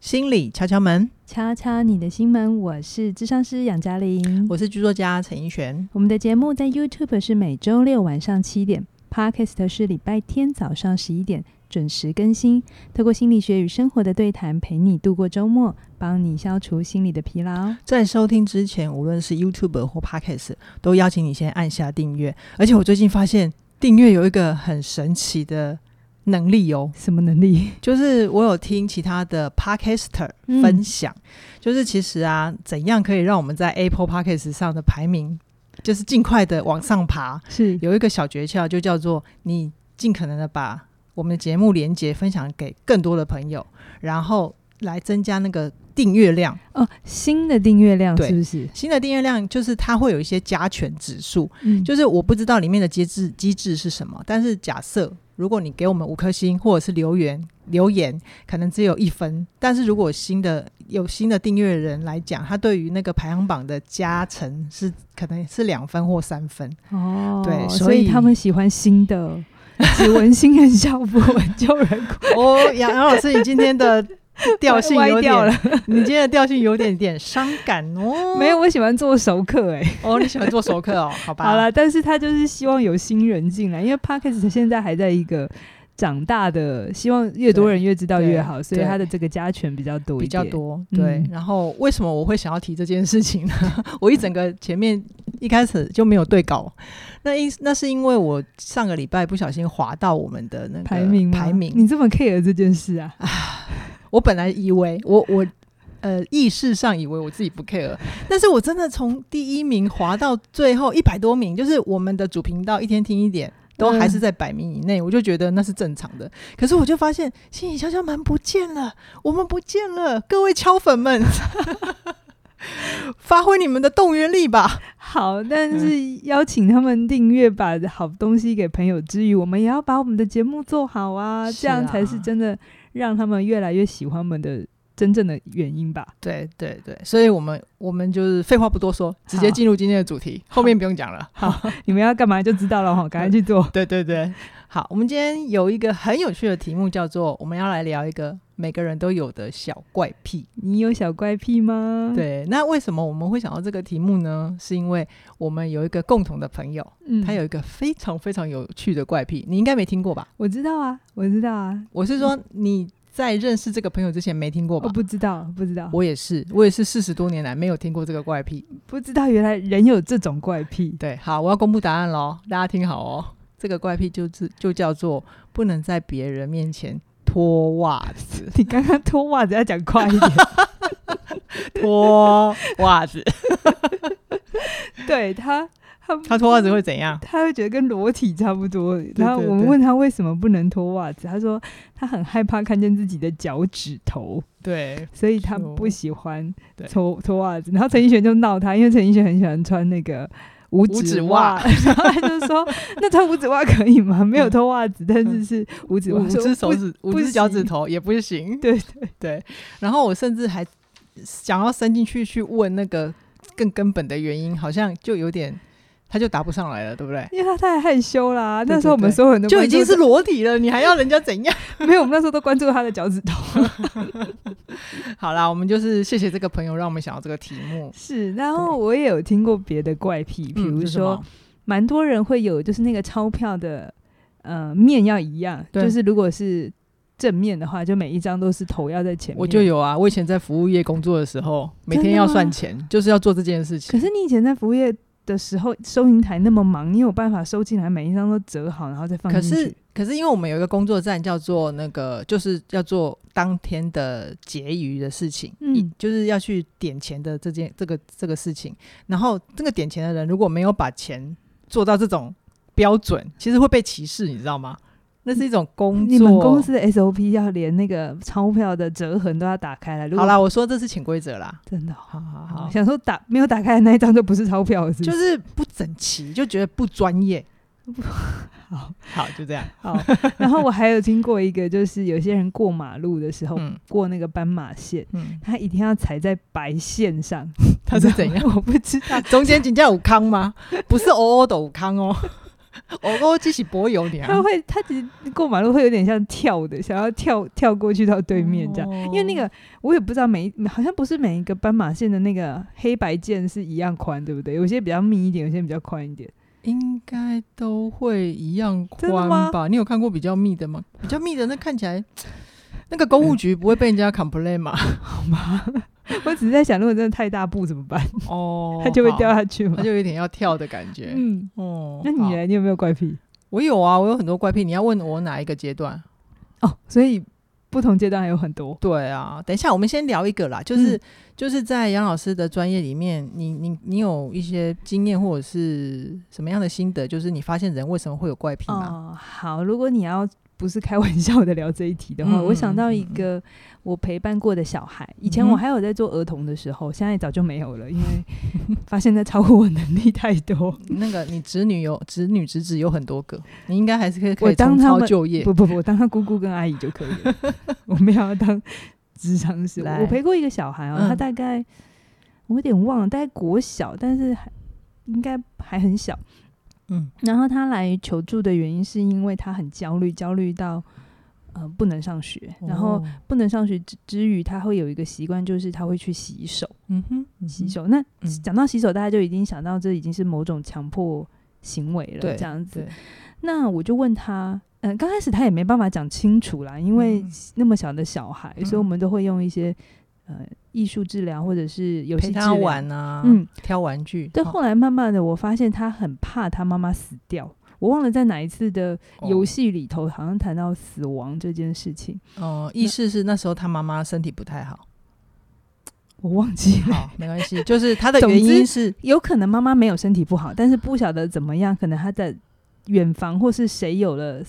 心理敲敲门，敲敲你的心门，我是智商师杨嘉玲。我是剧作家陈奕璇。我们的节目在 YouTube 是每周六晚上七点，Podcast 是礼拜天早上十一点准时更新。透过心理学与生活的对谈，陪你度过周末，帮你消除心理的疲劳。在收听之前，无论是 YouTube 或 Podcast，都邀请你先按下订阅。而且我最近发现，订阅有一个很神奇的能力哦，什么能力？就是我有听其他的 Podcaster 嗯分享，就是其实啊，怎样可以让我们在 Apple Podcast 上的排名，就是尽快的往上爬。是有一个小诀窍，就叫做你尽可能的把我们的节目连接分享给更多的朋友，然后来增加那个订阅量。哦，新的订阅量对是不是？新的订阅量就是它会有一些加权指数，嗯，就是我不知道里面的机制机制是什么，但是假设如果你给我们五颗星或者是留言留言，可能只有一分，但是如果新的有新的订阅人来讲，他对于那个排行榜的加成是可能是两分或三分。哦，对所所以以他们喜欢新的。只闻新人笑，不闻旧人哭。哦，杨杨老师，你今天的 调性有歪点掉了，你今天的调性有点点伤感哦。 没有，我喜欢做熟客哎、哦，你喜欢做熟客哦？好吧， 好了，但是他就是希望有新人进来，因为 Podcast 现在还在一个长大的，希望越多人越知道越好，所以对他的这个加权比较多比一较点。多嗯对。然后为什么我会想要提这件事情呢？ 我一整个前面一开始就没有对稿，那因那是因为我上个礼拜不小心滑到我们的那个排名吗排名，你这么 care 这件 事啊？我本来以为我我。呃，意识上以为我自己不 care，但 是我真的从第一名滑到最后一百多名，就是我们的主频道一天听一点，都还是在百名以内，我就觉得那是正常的。可是我就发现心理敲敲门不见了，我们不见了，各位敲粉们， 发挥你们的动员力吧。好，但是邀请他们订阅，把好东西给朋友之余，我们也要把我们的节目做好啊，是这啊样才是真的让他们越来越喜欢我们的真正的原因吧。对对对，所以我们我们就是废话不多说，直接进入今天的主题，后面不用讲了。你们要干嘛就知道了哈，赶快去做。 对对对，好，我们今天有一个很有趣的题目，叫做我们要来聊一个每个人都有的小怪癖。你有小怪癖吗？，对，那为什么我们会想到这个题目呢？是因为我们有一个共同的朋友，嗯他有一个非常非常有趣的怪癖，你应该没听过吧？我知道啊，我知道啊，我是说你在认识这个朋友之前没听过我吧？不知道，不知道，我也是，我也是四十多年来没有听过这个怪癖。不知道原来人有这种怪癖。 对，好，我要公布答案喽，大家听好哦。这个怪癖就是就叫做不能在别人面前脱袜子。你刚刚脱袜子要讲快 一点，脱袜子，对他，他 他脱袜子会怎样？他会觉得跟裸体差不多。对然后我们对问他为什么不能脱袜子，他说他很害怕看见自己的脚趾头，对所以他就不喜欢哦对脱脱袜子。然后陈奕迅就闹他，因为陈奕迅很喜欢穿那个。五五指指袜，袜 然后他就说：“那穿五指袜可 以吗？没有嗯脱袜子，但是是五指袜。五说只手不指、不五只脚趾行头也不行。对对对。然后我甚至还想要伸进去去问那个更根本的原因，好像就有点，他就答不上来了，对不对？因为他太害羞啦、对那时候我们所有人都就关已注经是裸体了，你还要人家怎样？他没有，我们那时候都关注他的脚趾头。 好啦，我们就是谢谢这个朋友，让我们想到这个题目。 是，然后我也有听过别的怪癖，比嗯如是什说么，蛮、多人会有，就是那个钞票的呃面要一样，对就是如果是正面的话，就每一张都是头要在前面。我就。有啊，我以前在服务业工作的时候，每真天的要吗算钱，就是要做这件事情可。是你以前在服务业的时候，收银台那么忙，你有办法收进来每一张都折好，然后再放可进去？是，可是因为我们有一个工作站叫做那个，就是要做当天的结余的事情，嗯一就是要去点钱的这件这个这个事情。然后这个点钱的人如果没有把钱做到这种标准，其实会被歧视，你知道吗？那是一种工作。嗯你们公司的 SOP 要连那个钞票的折痕都要打开来。如果好啦，，我说这是潜规则啦。真的哦、好好好，想说打没有打开的那一张就不是钞票了，是不是就是不整齐，就觉得不专业。 好好，就这样。好，然后我还有听过一个，就是有些人过马路的时候、嗯过那个斑马线，嗯，他一定要踩在白线上， 他是怎样？我不知道。 中间请假有康吗？不是偶偶的有康哦。 我我只是博友娘，他会，他其实过马路会有点像跳的，想要跳跳过去到对面哦这样。因为那个我也不知道每一好像不是每一个斑马线的那个黑白键是一样宽，对不对？有些比较密一点，有些比较宽一点。应该都会一样真的吗宽吧？你有看过比较密的吗？比较密的那看起 来，那个公务局不会被人家 complain 嘛？我只是在想，如果真的太大步怎么办？哦 它就会掉，下去好嘛它。就有点要跳的感觉。嗯，哦，那你好呢？你有没有怪癖？我有啊，我有很多怪癖。你要问我哪一个阶段？哦，所以不同阶段还有很多。对啊，等一下我们先聊一个啦，就是、嗯就是在杨老师的专业里面，你你你有一些经验或者是什么样的心得？就是你发现人为什么会有怪癖吗？哦，好，如果你要不是开玩笑的聊这一题的话，嗯我想到嗯一嗯个我陪伴过的小孩，以前嗯哼我还有在做儿童的时候，现在早就没有了，因为 发现他超过我能力太多。那个你侄女有侄女侄子有很多个，你应该还是可以可我以当重他操们旧业。不不不，我当他姑姑跟阿姨就可 以了，我没有要当职场师。来我陪过一个小孩哦，嗯他大概我有点忘了，大概国小，但是还应该还很小。嗯然后他来求助的原因是因为他很焦虑，焦虑到呃不能上学，然后哦不能上学之之余，他会有一个习惯，就是他会去洗手，嗯哼，嗯洗哼，手。那嗯讲到洗手，大家就已经想到这已经是某种强迫行为了，对这样子对。，那我就问他，嗯、刚开始他也没办法讲清楚啦，因为嗯那么小的小孩，嗯所以我们都会用一些呃艺术治疗或者是游戏陪治他疗。玩啊，嗯，挑玩具。对，哦后来慢慢的，我发现他很怕他妈妈死掉。我忘了在哪一次的游戏里头，好像谈到死亡这件事情，哦，意思是那时候他妈妈身体不 太好，我忘记了。好，没关系，就是他的总原因之是有可能妈妈没有身体不好，但是不晓得怎么样，可能他在远房或是谁有了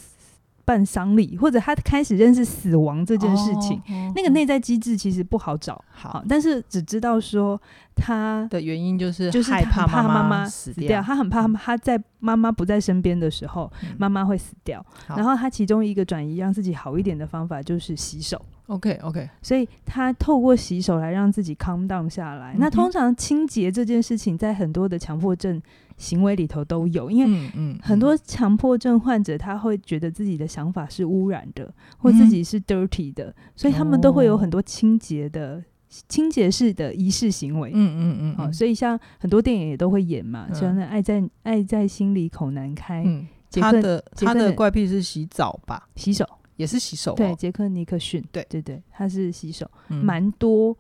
办丧礼，或者他开始认识死亡这这件事情，，哦那个内在机制其实不好找。好好，但是只知道说他的原因就是就是害他很怕妈妈妈死死掉，，他很怕他在妈妈不在身边的时候，嗯妈妈会死掉。好然后他其中一个转移让自己好一点的方法就是洗手， OK OK，所以他透过洗手来让自己 calm down 下嗯来。哼那通常清洁这件事情在很多的强迫症行为里头都有，因为。嗯嗯很多强迫症患者，他会觉得自己的想法是污染的，或自己是 dirty 的，所以他们都会有很多清洁的、清洁式的仪式行为。嗯嗯嗯，哦，所以像很多电影也都会演嘛，嗯像那《爱在爱在心里口难开》嗯，杰他克的杰他克的的怪癖是洗澡吧，洗手，也是洗手哦，对，杰克尼克逊，对对对，他是洗手，嗯，蛮、多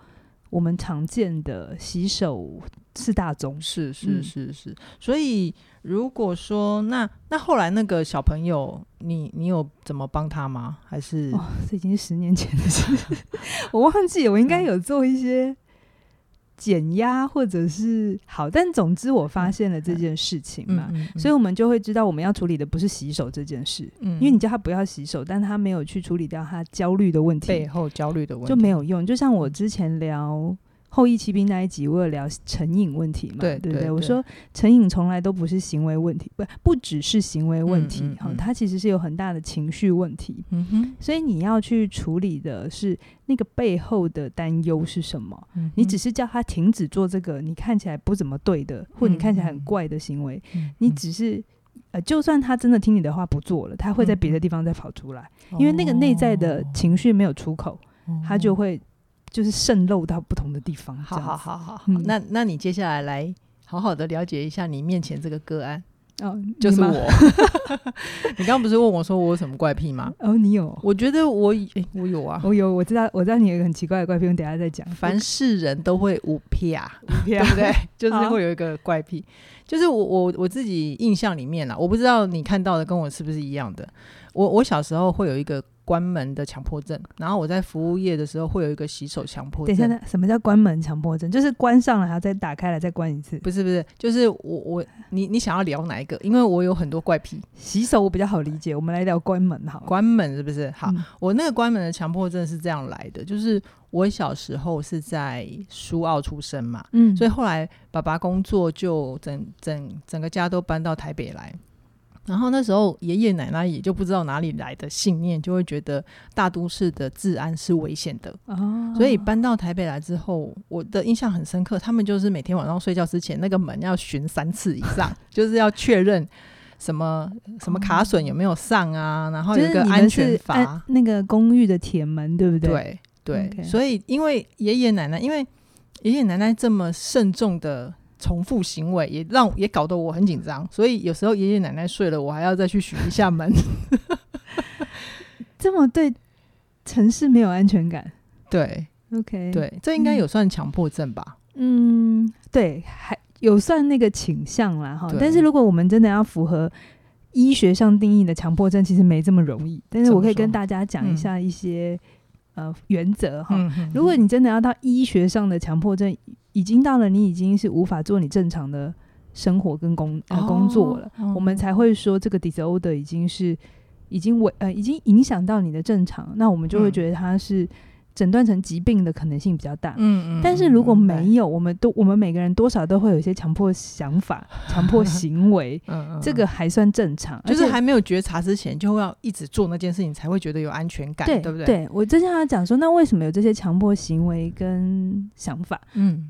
我们常见的洗手四大宗。是嗯是是是，所以如果说那那后来那个小朋友，你你有怎么帮他吗？还是哦，这已经是十年前的事， 我忘记了，我应嗯该有做一些减压或者是好，但总之我发现了这件事情嘛，嗯，所以我们就会知道我们要处理的不是洗手这件事，嗯因为你叫他不要洗手，但他没有去处理掉他焦虑的问题，背后焦虑的问题就没有用。就像我之前聊《后羿骑兵》那一集，我有聊成瘾问题嘛，对对不对我对说成瘾从来都不是行为问题，不不只是行为问题嗯，嗯好、嗯它其实是有很大的情绪问题。嗯哼，所以你要去处理的是那个背后的担忧是什么？嗯你哼只是叫他停止做这个你看起来不怎么对的，或你看起来很嗯嗯怪的行为，嗯你嗯只是。呃，就算他真的听你的话不做了，他会在别嗯的地方再跑出来，因为那个内在的哦情绪没有出口，它就哦会就是渗漏到不同的地方。好这样好子好好好，嗯那那你接下来来好好的了解一下你面前这个个案，哦，就你是吗。我。 你刚刚不是问我说我有什么怪癖吗？哦，你有，我觉得我诶、我有啊，我有，我知道，我知道你有一个很奇怪的怪癖，我们等一下再讲。凡是人都会五癖啊。对 对不对？就是好会有一个怪癖，就是我我我自己印象里面啦，我不知道你看到的跟我是不是一样的。我我小时候会有一个关门的强迫症，然后我在服务业的时候会有一个洗手强迫等一下，症。那什么叫关门强迫症？就是关上了，还要再打开来再关一次。不是不是，就是我我你你想要聊哪一个？因为我有很多怪癖，洗手我比较好理解，我们来聊关门好了。关门是不是？好，哦嗯我那个关门的强迫症是这样来的，就是我小时候是在苏澳出生嘛，嗯，所所以以后来爸爸工作就整整整个家都搬到台北来。然后那时候爷爷奶奶也就不知道哪里来的信念，就会觉得大都市的治安是危险的，哦，所以搬到台北来之后，我的印象很深 刻，他们就是每天晚上睡觉之前，那个门要巡三次以上，就是要确认什么什么卡损有没有上啊，然后哦就有一是个你安们全是阀安，那个公寓的铁门，对不对？对对 OK 所以因为爷爷奶奶，因为爷爷奶奶这么慎重的重复行为，也让也搞得我很紧张，所以有时候爷爷奶奶睡了，我还要再去许一下门。 这么对城市没有安全感。对 OK，，对，这应该有算强迫症吧？嗯，对，还有算那个倾向啦哈对。但是如果我们真的要符合医学上定义的强迫症，其实没这么容易。但是怎我么可以跟说大家讲一嗯下一些、呃原则哈。嗯哼如果你真的要到医学上的强迫症，已经到了你已经是无法做你正常的生活跟工、呃、工作了，，哦我们才会说这个 disorder 已经是已经违呃已经影响到你的正常，那我们就会嗯觉得它是诊断成疾病的可能性比较大。嗯嗯但是如果明白，没有，我们都我们每个人多少都会有一些强迫想法、强迫行为嗯嗯这个还算正常，就是而且还没有觉察之前，就会要一直做那件事情，才会觉得有安全感，对不对？，对我之前要讲说，那为什么有这些强迫行为跟想法？嗯，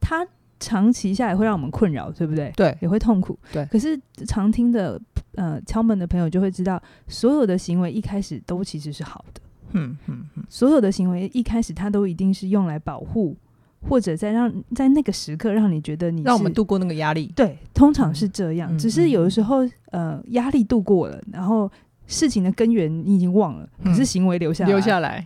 它长期下来会让我们困扰，对不对？对，也会痛苦。对可是常听的呃敲门的朋友就会知道，所有的行为一开始都其实是好的，嗯嗯嗯，所有的行为一开始它都一定是用来保护，或者在让在那个时刻让你觉得你让我是们度过那个压力。对，通常是这样。嗯只是有的时候呃压力度过了，然后事情的根源你已经忘了，嗯可是行为留下来留下来，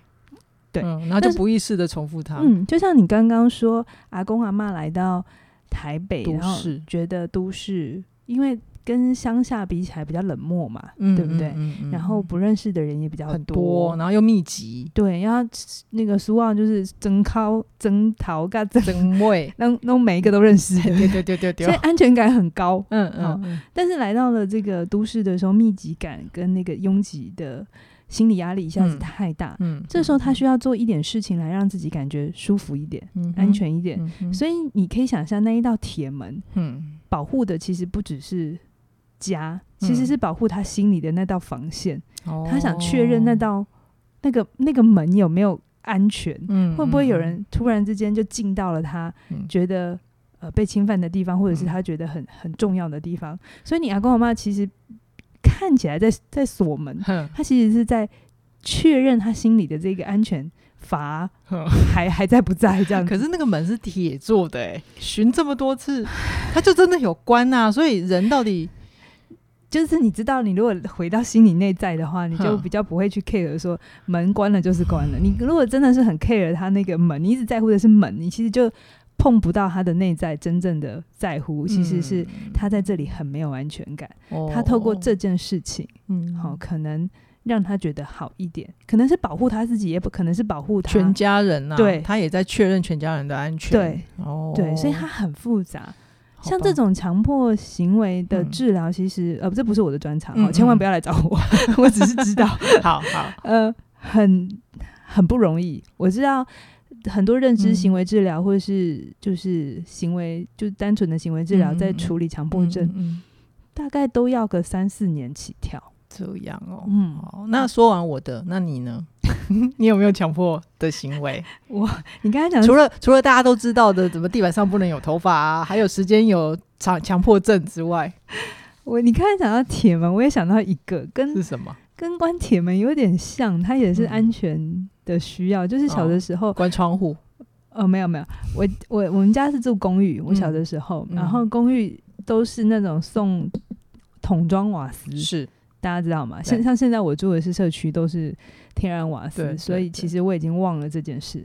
对嗯然后但就是不意识的重复它，嗯，就像你刚刚说，阿公阿妈来到台北，都然后市觉得都市，因为跟乡下比起来比较冷漠嘛，嗯，对不对？嗯？嗯然后不认识的人也比较，很多，然后又密集 对，然后那个苏澳就是增高、增桃、噶增，，整位那那每一个都认识，对对对对所对，以安全感很高。嗯好嗯嗯，但是来到了这个都市的时候，密集感跟那个拥挤的心理压力一下子嗯太大，嗯，这时候他需要做一点事情来让自己感觉舒服一点、嗯安，全一点。嗯哼，所以你可以想象那一道铁门嗯保护的其实不只是家，嗯其实是保护他心里的那道防线。嗯，他想确认那哦，道那个那个门有没有安全，嗯，会不会有嗯人突然之间就进到了他嗯觉得呃被侵犯的地方，或者是嗯他觉得很很重要的地方。所以你阿公阿妈其实看起来在在 锁门，哼他其实是在确认他心里的这个安全阀哼还 还在不在这样子。可是那个门是铁做的、哎，巡这么多次， 它就真的有关呐、所以人到底，就是你知道，你如果回到心理内在的话，你就哼比较不会去 care 说门关了就是关了。你如果真的是很 care 他那个门，你一直在乎的是门，你其实就碰不到他的内在真正的在乎，其实是他在这里很没有安全感。嗯哦他透过，这件事情，嗯好、可能让他觉得好一点，可能是保护他自己，也不可能是保护他全家人呐、对他也在确认全家人的安全，对，哦，对，所以他很复杂。好吧像这，种强迫行为的嗯治疗，其实、呃，这不是我的专长哦，嗯千万嗯不要来找我， 我只是知道。 好 好，呃，很很不容易。我知道很多认知嗯行为治疗，或者是就是行为，就是单纯的行为治疗，嗯嗯在嗯处理强迫症，嗯嗯嗯大概都要个三四年起跳。这样哦，嗯好，那说完我的，那你呢？ 你有没有强迫的行为？我你刚才讲除了除了大家都知道的，怎么地板上不能有头发啊，还有时间有强强迫症之外，我，你刚才讲到铁门，我也想到一个跟是什么？跟关铁门有点像，它也嗯是哦安全的需要，就是小的时候，关窗户，呃，没有没有，我我我们家是住公寓，我小嗯的时候，嗯然后公寓都是那种送桶装瓦斯，是，大家知道吗？对现像现在我住的是社区，都是天然瓦对斯，对所以其对实我已经忘了这件事。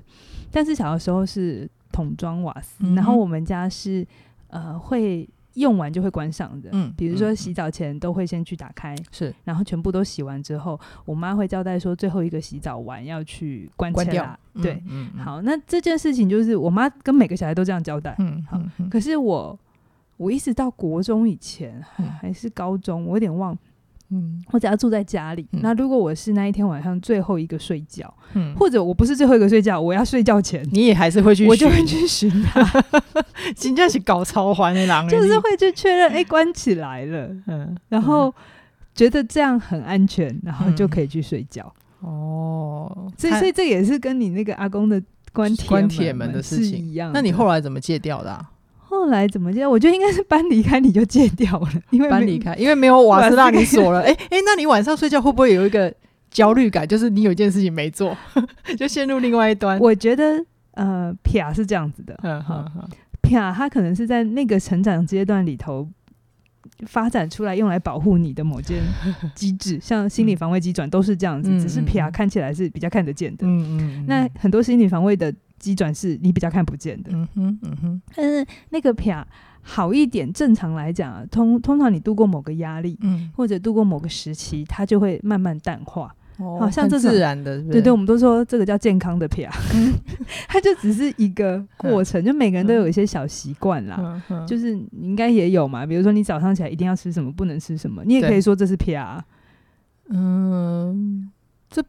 但是小的时候是桶装瓦斯，嗯哼然后我们家是呃会用完就会关上的。嗯比如说嗯洗澡前都会先去打开，是然后全部都洗完之后，我妈会交代说最后一个洗澡完要去关关起掉来。对，，嗯，嗯，好，那这件事情就是我妈跟每个小孩都这样交代。嗯，好，可是我我一直到国中以前嗯还是高中，我有点忘嗯我只要住在家里，嗯那如果我是那一天晚上最后一个睡觉，嗯，或者我不是最后一个睡觉，我要睡觉前，你也还是会去，我就会，去寻他，真正是搞超环的狼，就是会去确认，哎、关起来了，你，嗯，然后觉得这样很安全，然后嗯就可以去睡觉。哦，所以，所以这也是跟你那个阿公的关铁关铁门的事是情嗯一样的。那你后来怎么戒掉的啊？后后来怎么戒？我觉得应该是搬离开你就戒掉了，因为搬没离开，因为没有瓦斯让你锁 了。瓦哎哎，那你晚上睡觉会不会有一个焦虑感？就是你有一件事情没做， 就陷入另外一端。我觉得呃，撇是这样子的，嗯好好好，撇它可能是在那个成长阶段里头发展出来用来保护你的 某件机制，像心理嗯防卫机转都是这样子，嗯只是嗯撇嗯看起来是比较看得见的。嗯嗯，那很多心理防卫的机转是你比较看不见的，嗯哼嗯哼但是那个撇好一点，正常来讲、啊，通通常你度过某个压力。嗯，或者度过某个时期，它就会慢慢淡化。好好像这种哦自然的，是不对是对，我，们都说这个叫健康的撇， 它就只是一个过程，就每个人都有一些小习惯啦。嗯嗯就是你应该也有嘛，比如说你早上起来一定要吃什么，不能吃什么，你也可以对说这是啊 PR，嗯，这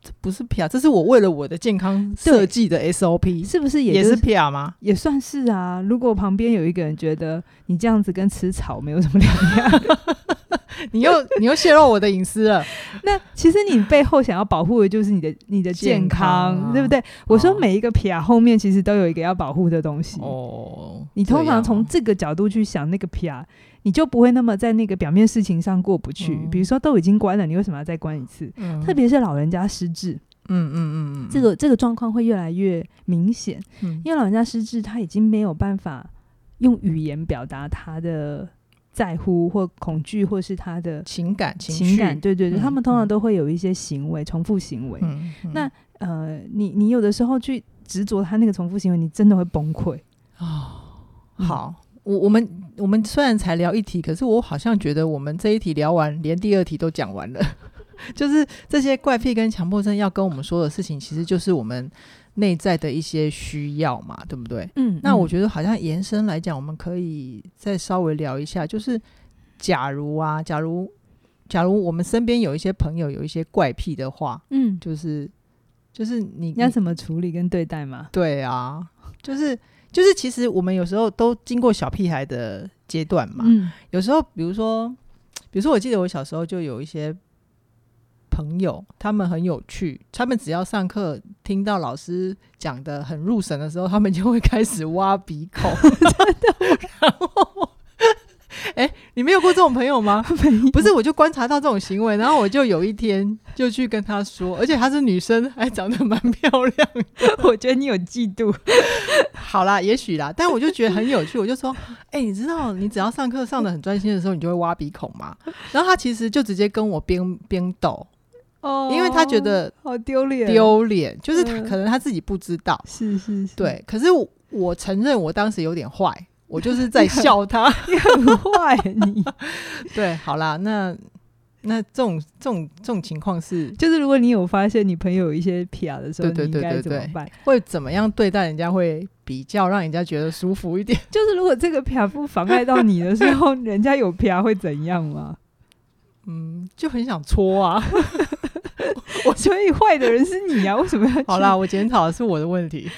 这不是 PR，这是我为了我的健康设计的 SOP，是不是也、也就是是？ PR 吗？也算是啊。如果旁边有一个人觉得你这样子跟吃草没有什么两样， 你又 你又泄露我的隐私了。 那其实你背后想要保护的就是你的你的健健康，康啊对不对？我说哦每一个 PR 后面其实都有一个要保护的东西。 哦，你通常从这这个角度去想那个 PR，你就不会那么在那个表面事情上过不去。嗯比如说都已经关了，你为什么要再关一次？样哦特，别是老人家失智，嗯嗯嗯嗯嗯，这个这个状况会越来越明显，嗯因为老人家失智，他已经没有办法用语言表达他的在乎或恐惧，或是他的情感情绪感。，对对对，嗯他们通常嗯都会有一些行为，重复行为。嗯，嗯那呃，你你有的时候去执着他那个重复行为，你真的会崩溃。嗯好，我我们我们虽然才聊一题，可是我好像觉得我们这一题聊完，连第二题都讲完了。 就是这些怪癖跟强迫症要跟我们说的事情，其实就是我们内在的一些需要嘛，对不对？嗯那我嗯觉得好像延伸来讲，我们可以再稍微聊一下，就是假如啊，假如假如我们身边有一些朋友有一些怪癖的话，嗯，就是就是你要你怎么处理跟对待吗？对啊，就是就是，其实我们有时候都经过小屁孩的阶段嘛。嗯有时候，比如说，比如说，我记得我小时候就有一些朋友，他们很有趣，他们只要上课听到老师讲的很入神的时候，他们就会开始挖鼻孔， 然后。哎、你没有过这种朋友吗？不是，我就观察到这种行为，然后我就有一天就去跟她说，而且她是女生，还长得蛮漂亮的 我觉得你有嫉妒，好啦，也许啦，但我就觉得很有趣，我就 说，哎、你知道，你只要上课上的很专心的时候，你就会挖鼻孔嘛。然后他其实就直接跟我边边斗，哦因为他觉得好丢脸，丢脸，就是他嗯可能他自己不知道，是是是，，对。可是我我承认我当时有点坏，我就是在笑他。 你很坏，你对，好啦，那那这种这种这种情况是就是如果你有发现你朋友有一些撇的时候，对对对你应该对怎么对办？会怎么样对待人家会比较让人家觉得舒服一点？就是如果这个撇不妨碍到你的时候，人家有撇会怎样 吗？嗯，就很想戳啊。 所以坏的人是你啊，为什么要去好啦，我检讨的是我的问题，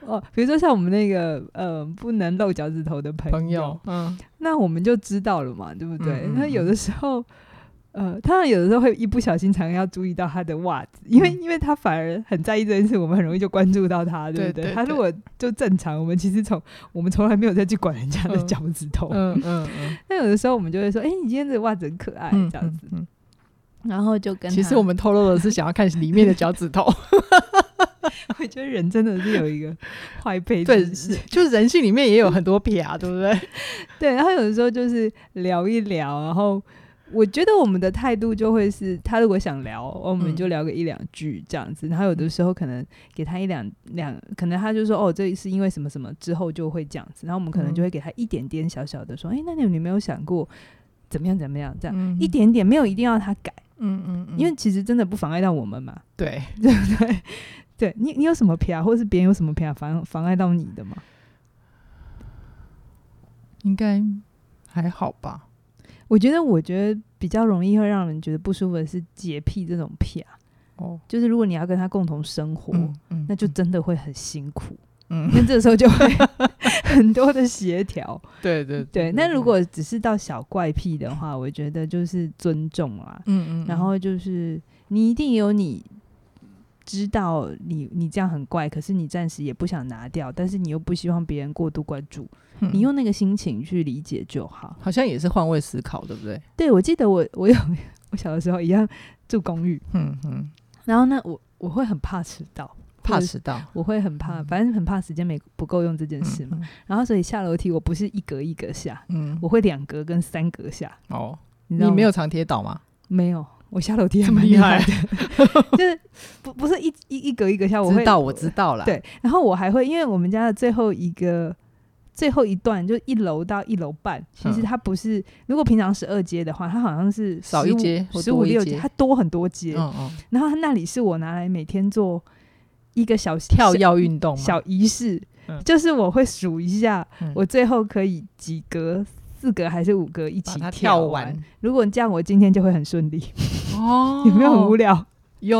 哦？比如说像我们那个呃不能露脚趾头的朋朋 友，嗯。那我们就知道了嘛，对不对嗯嗯？那、嗯有的时候，呃，他有的时候会一不小心，常常要注意到他的袜子，因为、嗯因为他反而很在意这件事，我们很容易就关注到他，对不对对他如果就正常，我们其实从我们从来没有再去管人家的嗯脚趾头。嗯嗯 嗯，那、有的时候我们就会说，哎、你今天这个袜子很可爱，嗯这样子，。嗯然后就跟嗯其实他我们透露的是想要看里面的脚趾头， 我觉得人真的是有一个坏被 对之心，就是人性里面也有很多撇啊，对不对？对，然后有的时候就是聊一聊，然后我觉得我们的态度就会是，他如果想聊，哦我们嗯就聊个一两句这样子。然后有的时候可能给他一两两，可能他就说哦，这是因为什么什么之后就会这样子。然后我们可能嗯就会给他一点点小小的说，哎、那你有没有想过怎么样怎么样这样？嗯啊一，点点没有一定要他改，嗯嗯嗯因为其实真的不妨碍到我们嘛，对，对不对？对你，你有什么啊 PR，或者是别人有什么 PR 妨妨碍到你的吗？应该还好吧。我觉得，我觉得比较容易会让人觉得不舒服的是洁癖这种癖啊，哦，就是如果你要跟他共同生活，嗯那就真的会很辛苦，嗯，因为这时候就 会很多的协调。对对嗯对，那如果只是到小怪癖的话，我觉得就是尊重啊，嗯嗯，然后就是你一定有你知道你你这样很怪，可是你暂时也不想拿掉，但是你又不希望别人过度关注，嗯你用那个心情去理解就好。好像也是换位思考，对不对？对我记得我 我有我小的时候一样住公寓，嗯嗯，然后呢我我会很怕迟到，怕迟到我会很怕，嗯反正很怕时间没不够用这件事嘛。，然后所以下楼梯我不是一格一格下，嗯，我会两格跟三格下，哦，你你知道吗没有常跌倒吗？没有，我下楼梯还这么蛮厉厉害害的， 就是不不是一一一格一格下，我会知道，我知道了。，对，然后我还会，因为我们家的最后一个最后一段，就一楼到一楼半，其实嗯它不是，如果平常是二阶的话，它好像是少一阶或十多五一六阶它多很多阶。嗯嗯，然后它那里是我拿来每天做一个小跳小跃运动嘛，小仪式，嗯就是我会数一下，嗯我最后可以几格。四格还是五格一把起它跳跳完。如果这样，我今天就会很顺利。哦有没有很无聊？聊？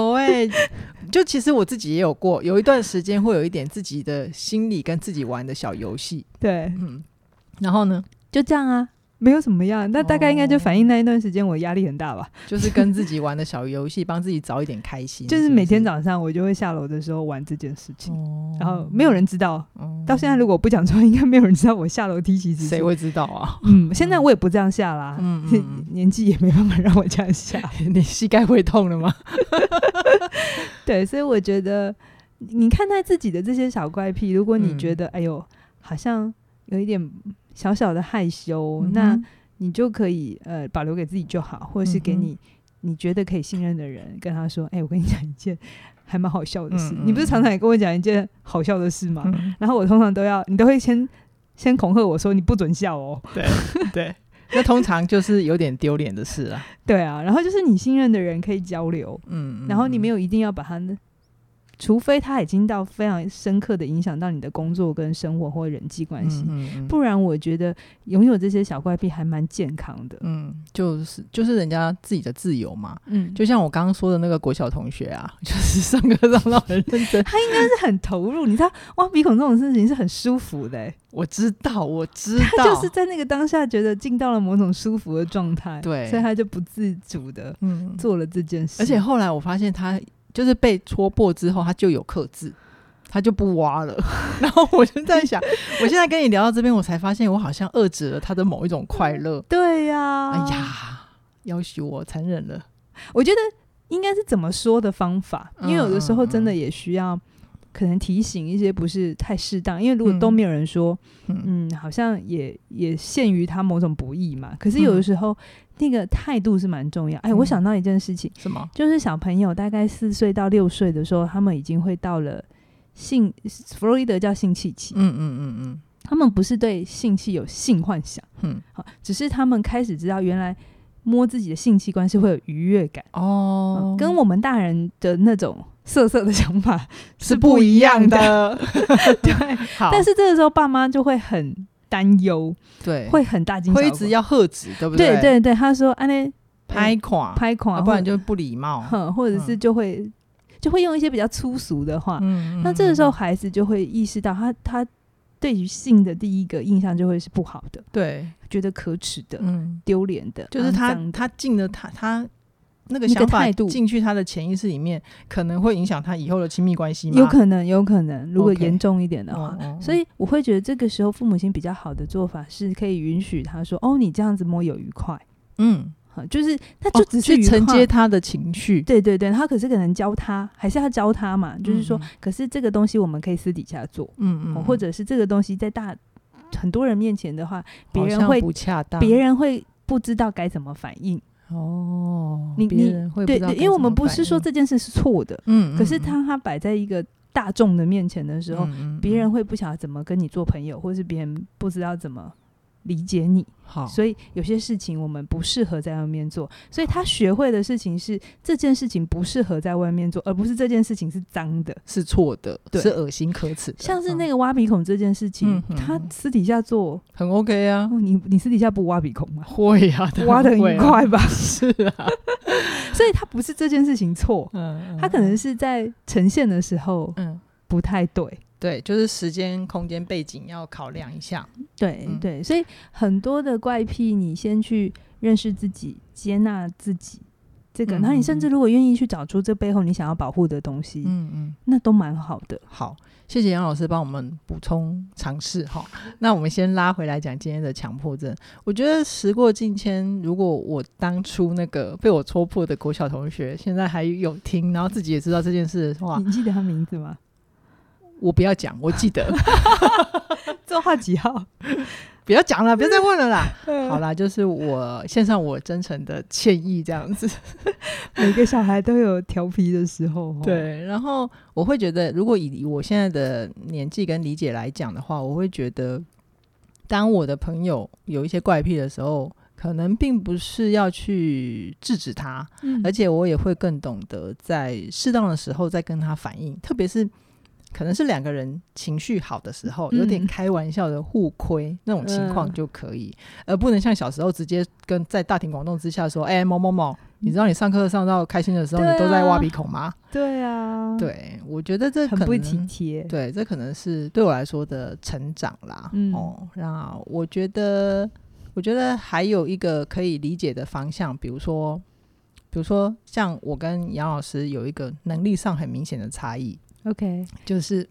有哎， 就其实我自己也有过，有一段时间会有一点自己的心理跟自己玩的小游戏。对，嗯，然后呢，就这样啊，没有什么样。那大概应该就哦反映那一段时间我压力很大吧。就是跟自己玩的小游戏，帮自己找一点开心，就是是每天早，早上我就会下楼的时候玩这件事情，哦然后没有人知道。哦到现在，如果我不讲出来， 应该没有人知道我下楼梯其实是谁？会知道 啊？嗯，现在我也不这样下啦，嗯这嗯年纪也没办法让我这样下。 你膝盖会痛了吗？ 对，所以我觉得你看待自己的这些小怪癖，如果你嗯觉得、哎呦，好像有一点小小的害羞，嗯哼那你就可以呃保留给自己就好，或者是嗯给哼你、你觉得可以信任的人，跟他说，哎、我跟你讲一件还蛮好笑的事。嗯嗯嗯你不是常常也跟我讲一件好笑的事吗？然后我通常都要，你都会先先恐吓我说你不准笑哦， 对对， 那通常就是有点丢脸的事啊。对啊，然后就是你信任的人可以交流，嗯，然后你没有有一定要把它，除非它已经到非常深刻的影响到你的工作跟生活或人际关系，嗯不然我觉得拥有这些小怪癖还蛮健康的。嗯，就是就是人家自己的自由嘛。嗯，就就像我刚刚说的那个国小同学啊， 就是上课上到很认真。 他应该是很投入，你知道挖鼻孔这种事情是很舒服的欸、我知道，我知他道，就是在那个当下觉得进到了某种舒服的状态，对所以他就不自主的嗯，做了这件事，而且后来我发现他就是被戳破之后，他就有克制，他就不挖了。 然后我就在想，我现在跟你聊到这边，我才发现我好像遏制了他的某一种快乐。对呀、哎呀，要许我残忍了。我觉得应该是怎么说的方法，因为有的时候嗯真的也需要可能提醒一些不是太适当，因为如果都没有人说，嗯嗯，好像也也限于他某种不易嘛。可是有的时候、那个态度是蛮重要。哎，嗯我想到一件事情，什么？就是小朋友大概四岁到六岁的时候，他们已经会到了。性弗洛伊德叫性器期，嗯嗯嗯他们不是对性器有性幻想，嗯，好，只是他们开始知道原来摸自己的性器官是会有愉悦感。嗯，嗯哦，跟我们大人的那种色色的想法 是不一样的。对。 好，但是这个时候，爸妈就会很担忧，对会很大惊小会怪。一直要喝止，对不对对，对对，他说安呢拍垮，拍孔啊，啊不然或就不礼貌。 嗯哼，或者是就会、就会用一些比较粗俗的话。嗯那这个时嗯候，孩子就会意识到他他对于性的第一个印象就会是不好的，对，觉得可耻的、嗯，丢脸的，就是肮他脏的他进了他他那个那个想法态度进去他的潜意识里面，可能会影响他以后的亲密关系吗？有可能有可能，如果 OK 严重一点的话。哦，哦所以我会觉得这个时候父母亲比较好的做法是可以允许他说：“哦，你这样子摸有愉快。嗯，”哈，就是他哦就只是、去嗯承接。他的情绪，对对对，他可是可能教他，还是要教他嘛？就是说嗯，可是这个东西我们可以私底下做，嗯哦嗯，或者是这个东西在大很多人面前的话，别好人像会不恰当，别人会不知道该怎么反应。哦，你别你人会不对知道对，该因为我怎么们不是反说应，这件事是错的，嗯，嗯可是嗯当他摆在一个大众的面前的时候，嗯嗯别人嗯会不晓得怎么跟你做朋友，或是别人不知道怎么理解你。好，所以有些事情我们不适合在外面做，哦所以他学会的事情是这件事情不适合在外面做，而不是这件事情是脏的。是错的，对是恶心可耻的，像是嗯那个挖鼻孔这件事情嗯，哼他私底下做，很 OK 啊，哦、你你私底下不挖鼻孔吗？会啊，当然挖的很会愉啊，快吧， 是啊，所以他不是这件事情错，嗯，他可能是在呈现的时候嗯。不太对。对，就是时间、空间、背景要考量一下。对嗯对，所以很多的怪癖，你先去认识自己，接纳自己，这个，嗯然后你甚至如果愿意去找出这背后你想要保护的东西，嗯嗯，那都蛮好的。好，谢谢杨老师帮我们补充尝试哈。那我们先拉回来讲今天的强迫症。我觉得时过境迁，如果我当初那个被我戳破的国小同学，现在还有听，然后自己也知道这件事的话，你记得他名 字吗？我不要讲，我记得这话几 号？不要讲了，别再问了啦。好了，啦，就是我献上我真诚的歉意这样子。每个小孩都有调皮的时候。哦，对，然后我会觉得，如果以我现在的年纪跟理解来讲的话，我会觉得，当我的朋友有一些怪癖的时候，可能并不是要去制止他，嗯而且我也会更懂得在适当的时候再跟他反应，特别是。可能是两个人情绪好的时候，有点嗯开玩笑的互亏、那种情况嗯就可以，而不能像小时候直接跟在大庭广众之下说：“哎、某某某，你知道你上课上到开心的时候，对你都在挖啊鼻孔吗？”对啊，，对，我觉得这很可不能体贴。对，这可能是对我来说的成长啦。嗯哦，那我觉得，我觉得还有一个可以理解的方向，比如说，比如说像我跟杨老师有一个能力上很明显的差异， OK，就是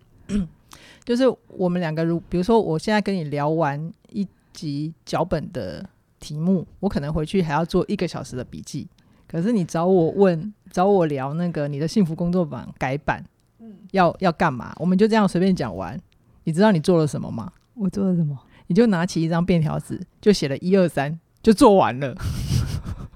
就是我们两个如，比如说我现在跟你聊完一集脚本的题目，我可能回去还要做一个小时的笔记。可是你找我问，找我聊那个你的幸福工作坊改版，要要干嘛？我们就这样随便讲完。你知道你做了什么吗？我做了什么？你就拿起一张便条纸，就写了一二三，就做完了。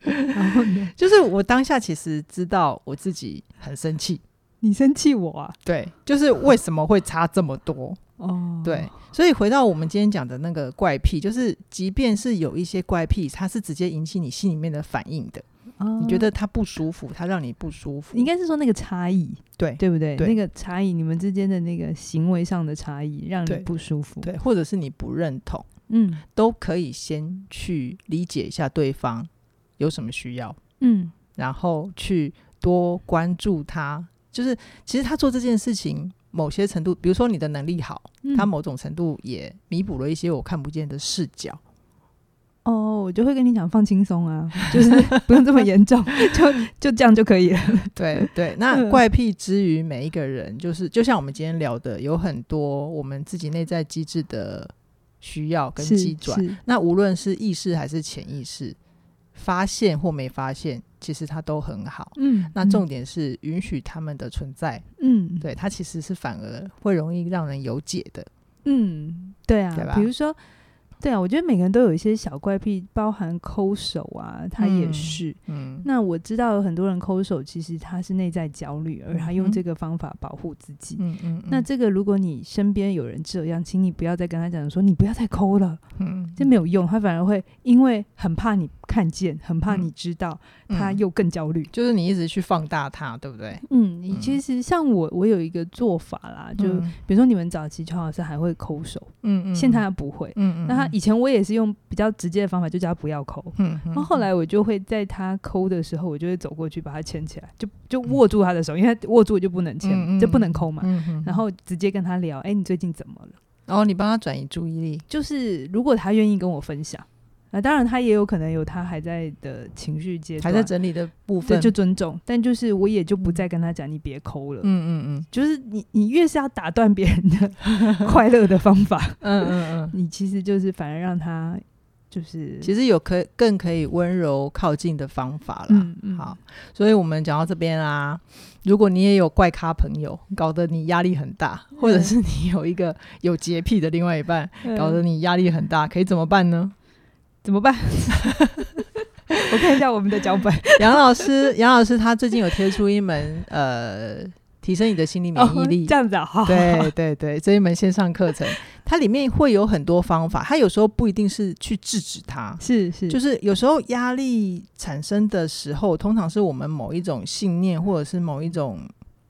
然后呢？就是我当下其实知道我自己很生气，你生气我啊？对，就是为什么会差这么多？哦，对，，所以回到我们今天讲的那个怪癖，就是即便是有一些怪癖，它是直接引起你心里面的反应的。哦、你觉得它不舒服，它让你不舒服，应该是说那个差异，对对不对？对那个差异，你们之间的那个行为上的差异，让你对不舒服。，对，或者是你不认同，嗯都可以先去理解一下对方有什么需要，嗯然后去多关注他。就是其实他做这件事情，某些程度，比如说你的能力好，嗯，他某种程度也弥补了一些我看不见的视角。哦，我就会跟你讲放轻松啊，就是 不用这么严重，就就这样就可以了。 对对，嗯那怪癖之于每一个人，就是就像我们今天聊的，有很多我们自己内在机制的需要跟是机转。是那无论是意识还是潜意识，发现或没发现，其实它都很好。嗯，那重点是允许他们的存在，嗯，对它其实是反而会容易让人有解的。嗯，对啊，对吧比如说。对啊，我觉得每个人都有一些小怪癖，包含抠手啊，他也嗯是。嗯，那我知道有很多人抠手，其实他是内在焦虑，而他嗯用哼这个方法保护自己。嗯嗯，那这个，如果你身边有人这样，请你不要再跟他讲说你不要再抠了，嗯这没有用。他反而会因为很怕你看见，很怕嗯你知道，他又更焦虑。就是你一直去放大它，对不对？嗯，你嗯其实像我，我有一个做法啦，就嗯比如说你们早期邱老师还会抠手，嗯嗯，现在他不会。嗯嗯，那他以前我也是用比较直接的方法，就叫他不要抠。嗯，然后后来我就会在他抠的时候，我就会走过去把他牵起来，就就握住他的手，因为他握住我就不能牵嘛，嗯嗯就不能抠嘛。嗯嗯，然后直接跟他聊，哎、你最近怎么了？然后你帮他转移注意力，就是如果他愿意跟我分享，啊，当然他也有可能有他还在的情绪阶还段，在整理的部对分，就尊重，但就是我也就不再跟他讲你别抠了。嗯嗯就是你，你越是要打断别 人的快乐的方法，嗯嗯嗯嗯，你其实就是反而让他就是， 其实有可更可以温柔靠近的方法啦。嗯嗯，好，，所以我们讲到这边啦、啊如果你也有怪咖朋友，搞得你压力很大，或者是你有一个 有洁癖的另外一半，搞得你压力很大，可以怎么办呢？呃 怎么办？我看一下我们的脚本，杨老师，杨老师他最近有贴出一门呃，提升你的心理 免疫力哦、这。样子啊，好，好对对对，这一门线上课 程，它里面会有很多方法，它有时候不一定是去制止它，是是，就是是有时候压力产生的时候，通常是我们某一种信念或者是某一种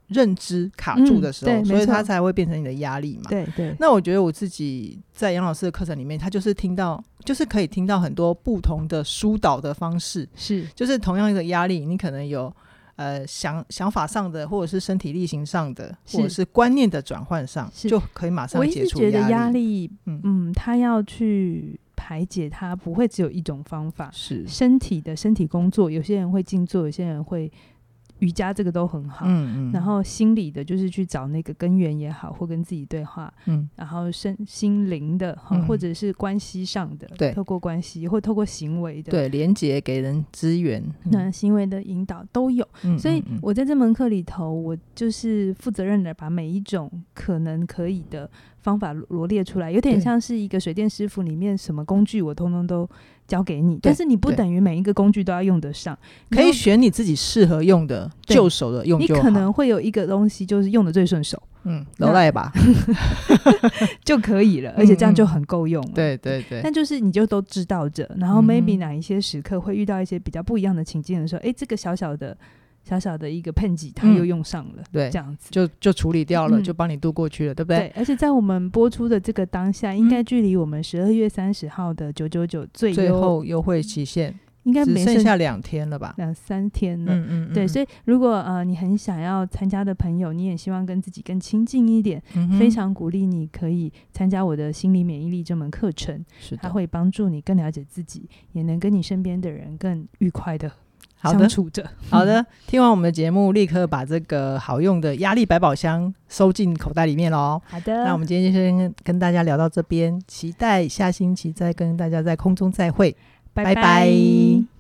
认知卡住的时候，嗯对所没以错它才会变成你的压力嘛。对对，那我觉得我自己在杨老师的课程里面，他就是听到，就是可以听到很多不同的疏导的方式，是就是同样的压力，你可能有呃想想法上的，或者是身体力行上的，是或者是观念的转换上，是就可以马上我一解直除觉得压力。力，嗯嗯，他要去排解它不会只有一种方法。是，身体的身体工作，有些人会静坐，有些人会瑜伽，这个都很好。嗯嗯，然后心理的，就是去找那个根源也好，或跟自己对话，嗯然后身心灵的，哈嗯或者是关系上的，对透过关系或透过行为的，，对连接给人资源，那行为的引导都有。嗯所以嗯嗯我在这门课里头，我就是负责任的把每一种可能可以的方法罗罗列出来，有点对像是一个水电师傅里面什么工具我通通都交给你，但是你不对等于每一个工具都要用得上，你可以要选你自己适合用的、对就手的用你就好。可能会有一个东西就是用的最 顺手嗯，那揉来吧， 就可以了，而且这样嗯就很够用了。对对对，但就是你就都知道着，然后 maybe 嗯哼哪一些时刻会遇到一些比较不一样的情境的时候，诶，这个小小的小小的一个碰击，它嗯又用上了，对这样子。就就处理掉了，嗯就帮你渡过去了，对不对？嗯对，而且在我们播出的这个当下，应该距离我们十二月三十号的九九九最最优后优惠期限应该只没剩下两天了吧？两三天了。嗯嗯，对，以所以如果呃你很想要参加的朋友，你也希望跟自己更亲近一点，嗯非常鼓励你可以参加我的心理免疫力这门课程，是它的，会帮助你更了解自己，也能跟你身边的人更愉快的好相的处着。好的。听完我们的节目，立刻把这个好用的压力百宝箱收进口袋里面喽。 好的，那我们今天就先跟跟大家聊到这边，期待下星期再跟大家在空中再会。拜拜拜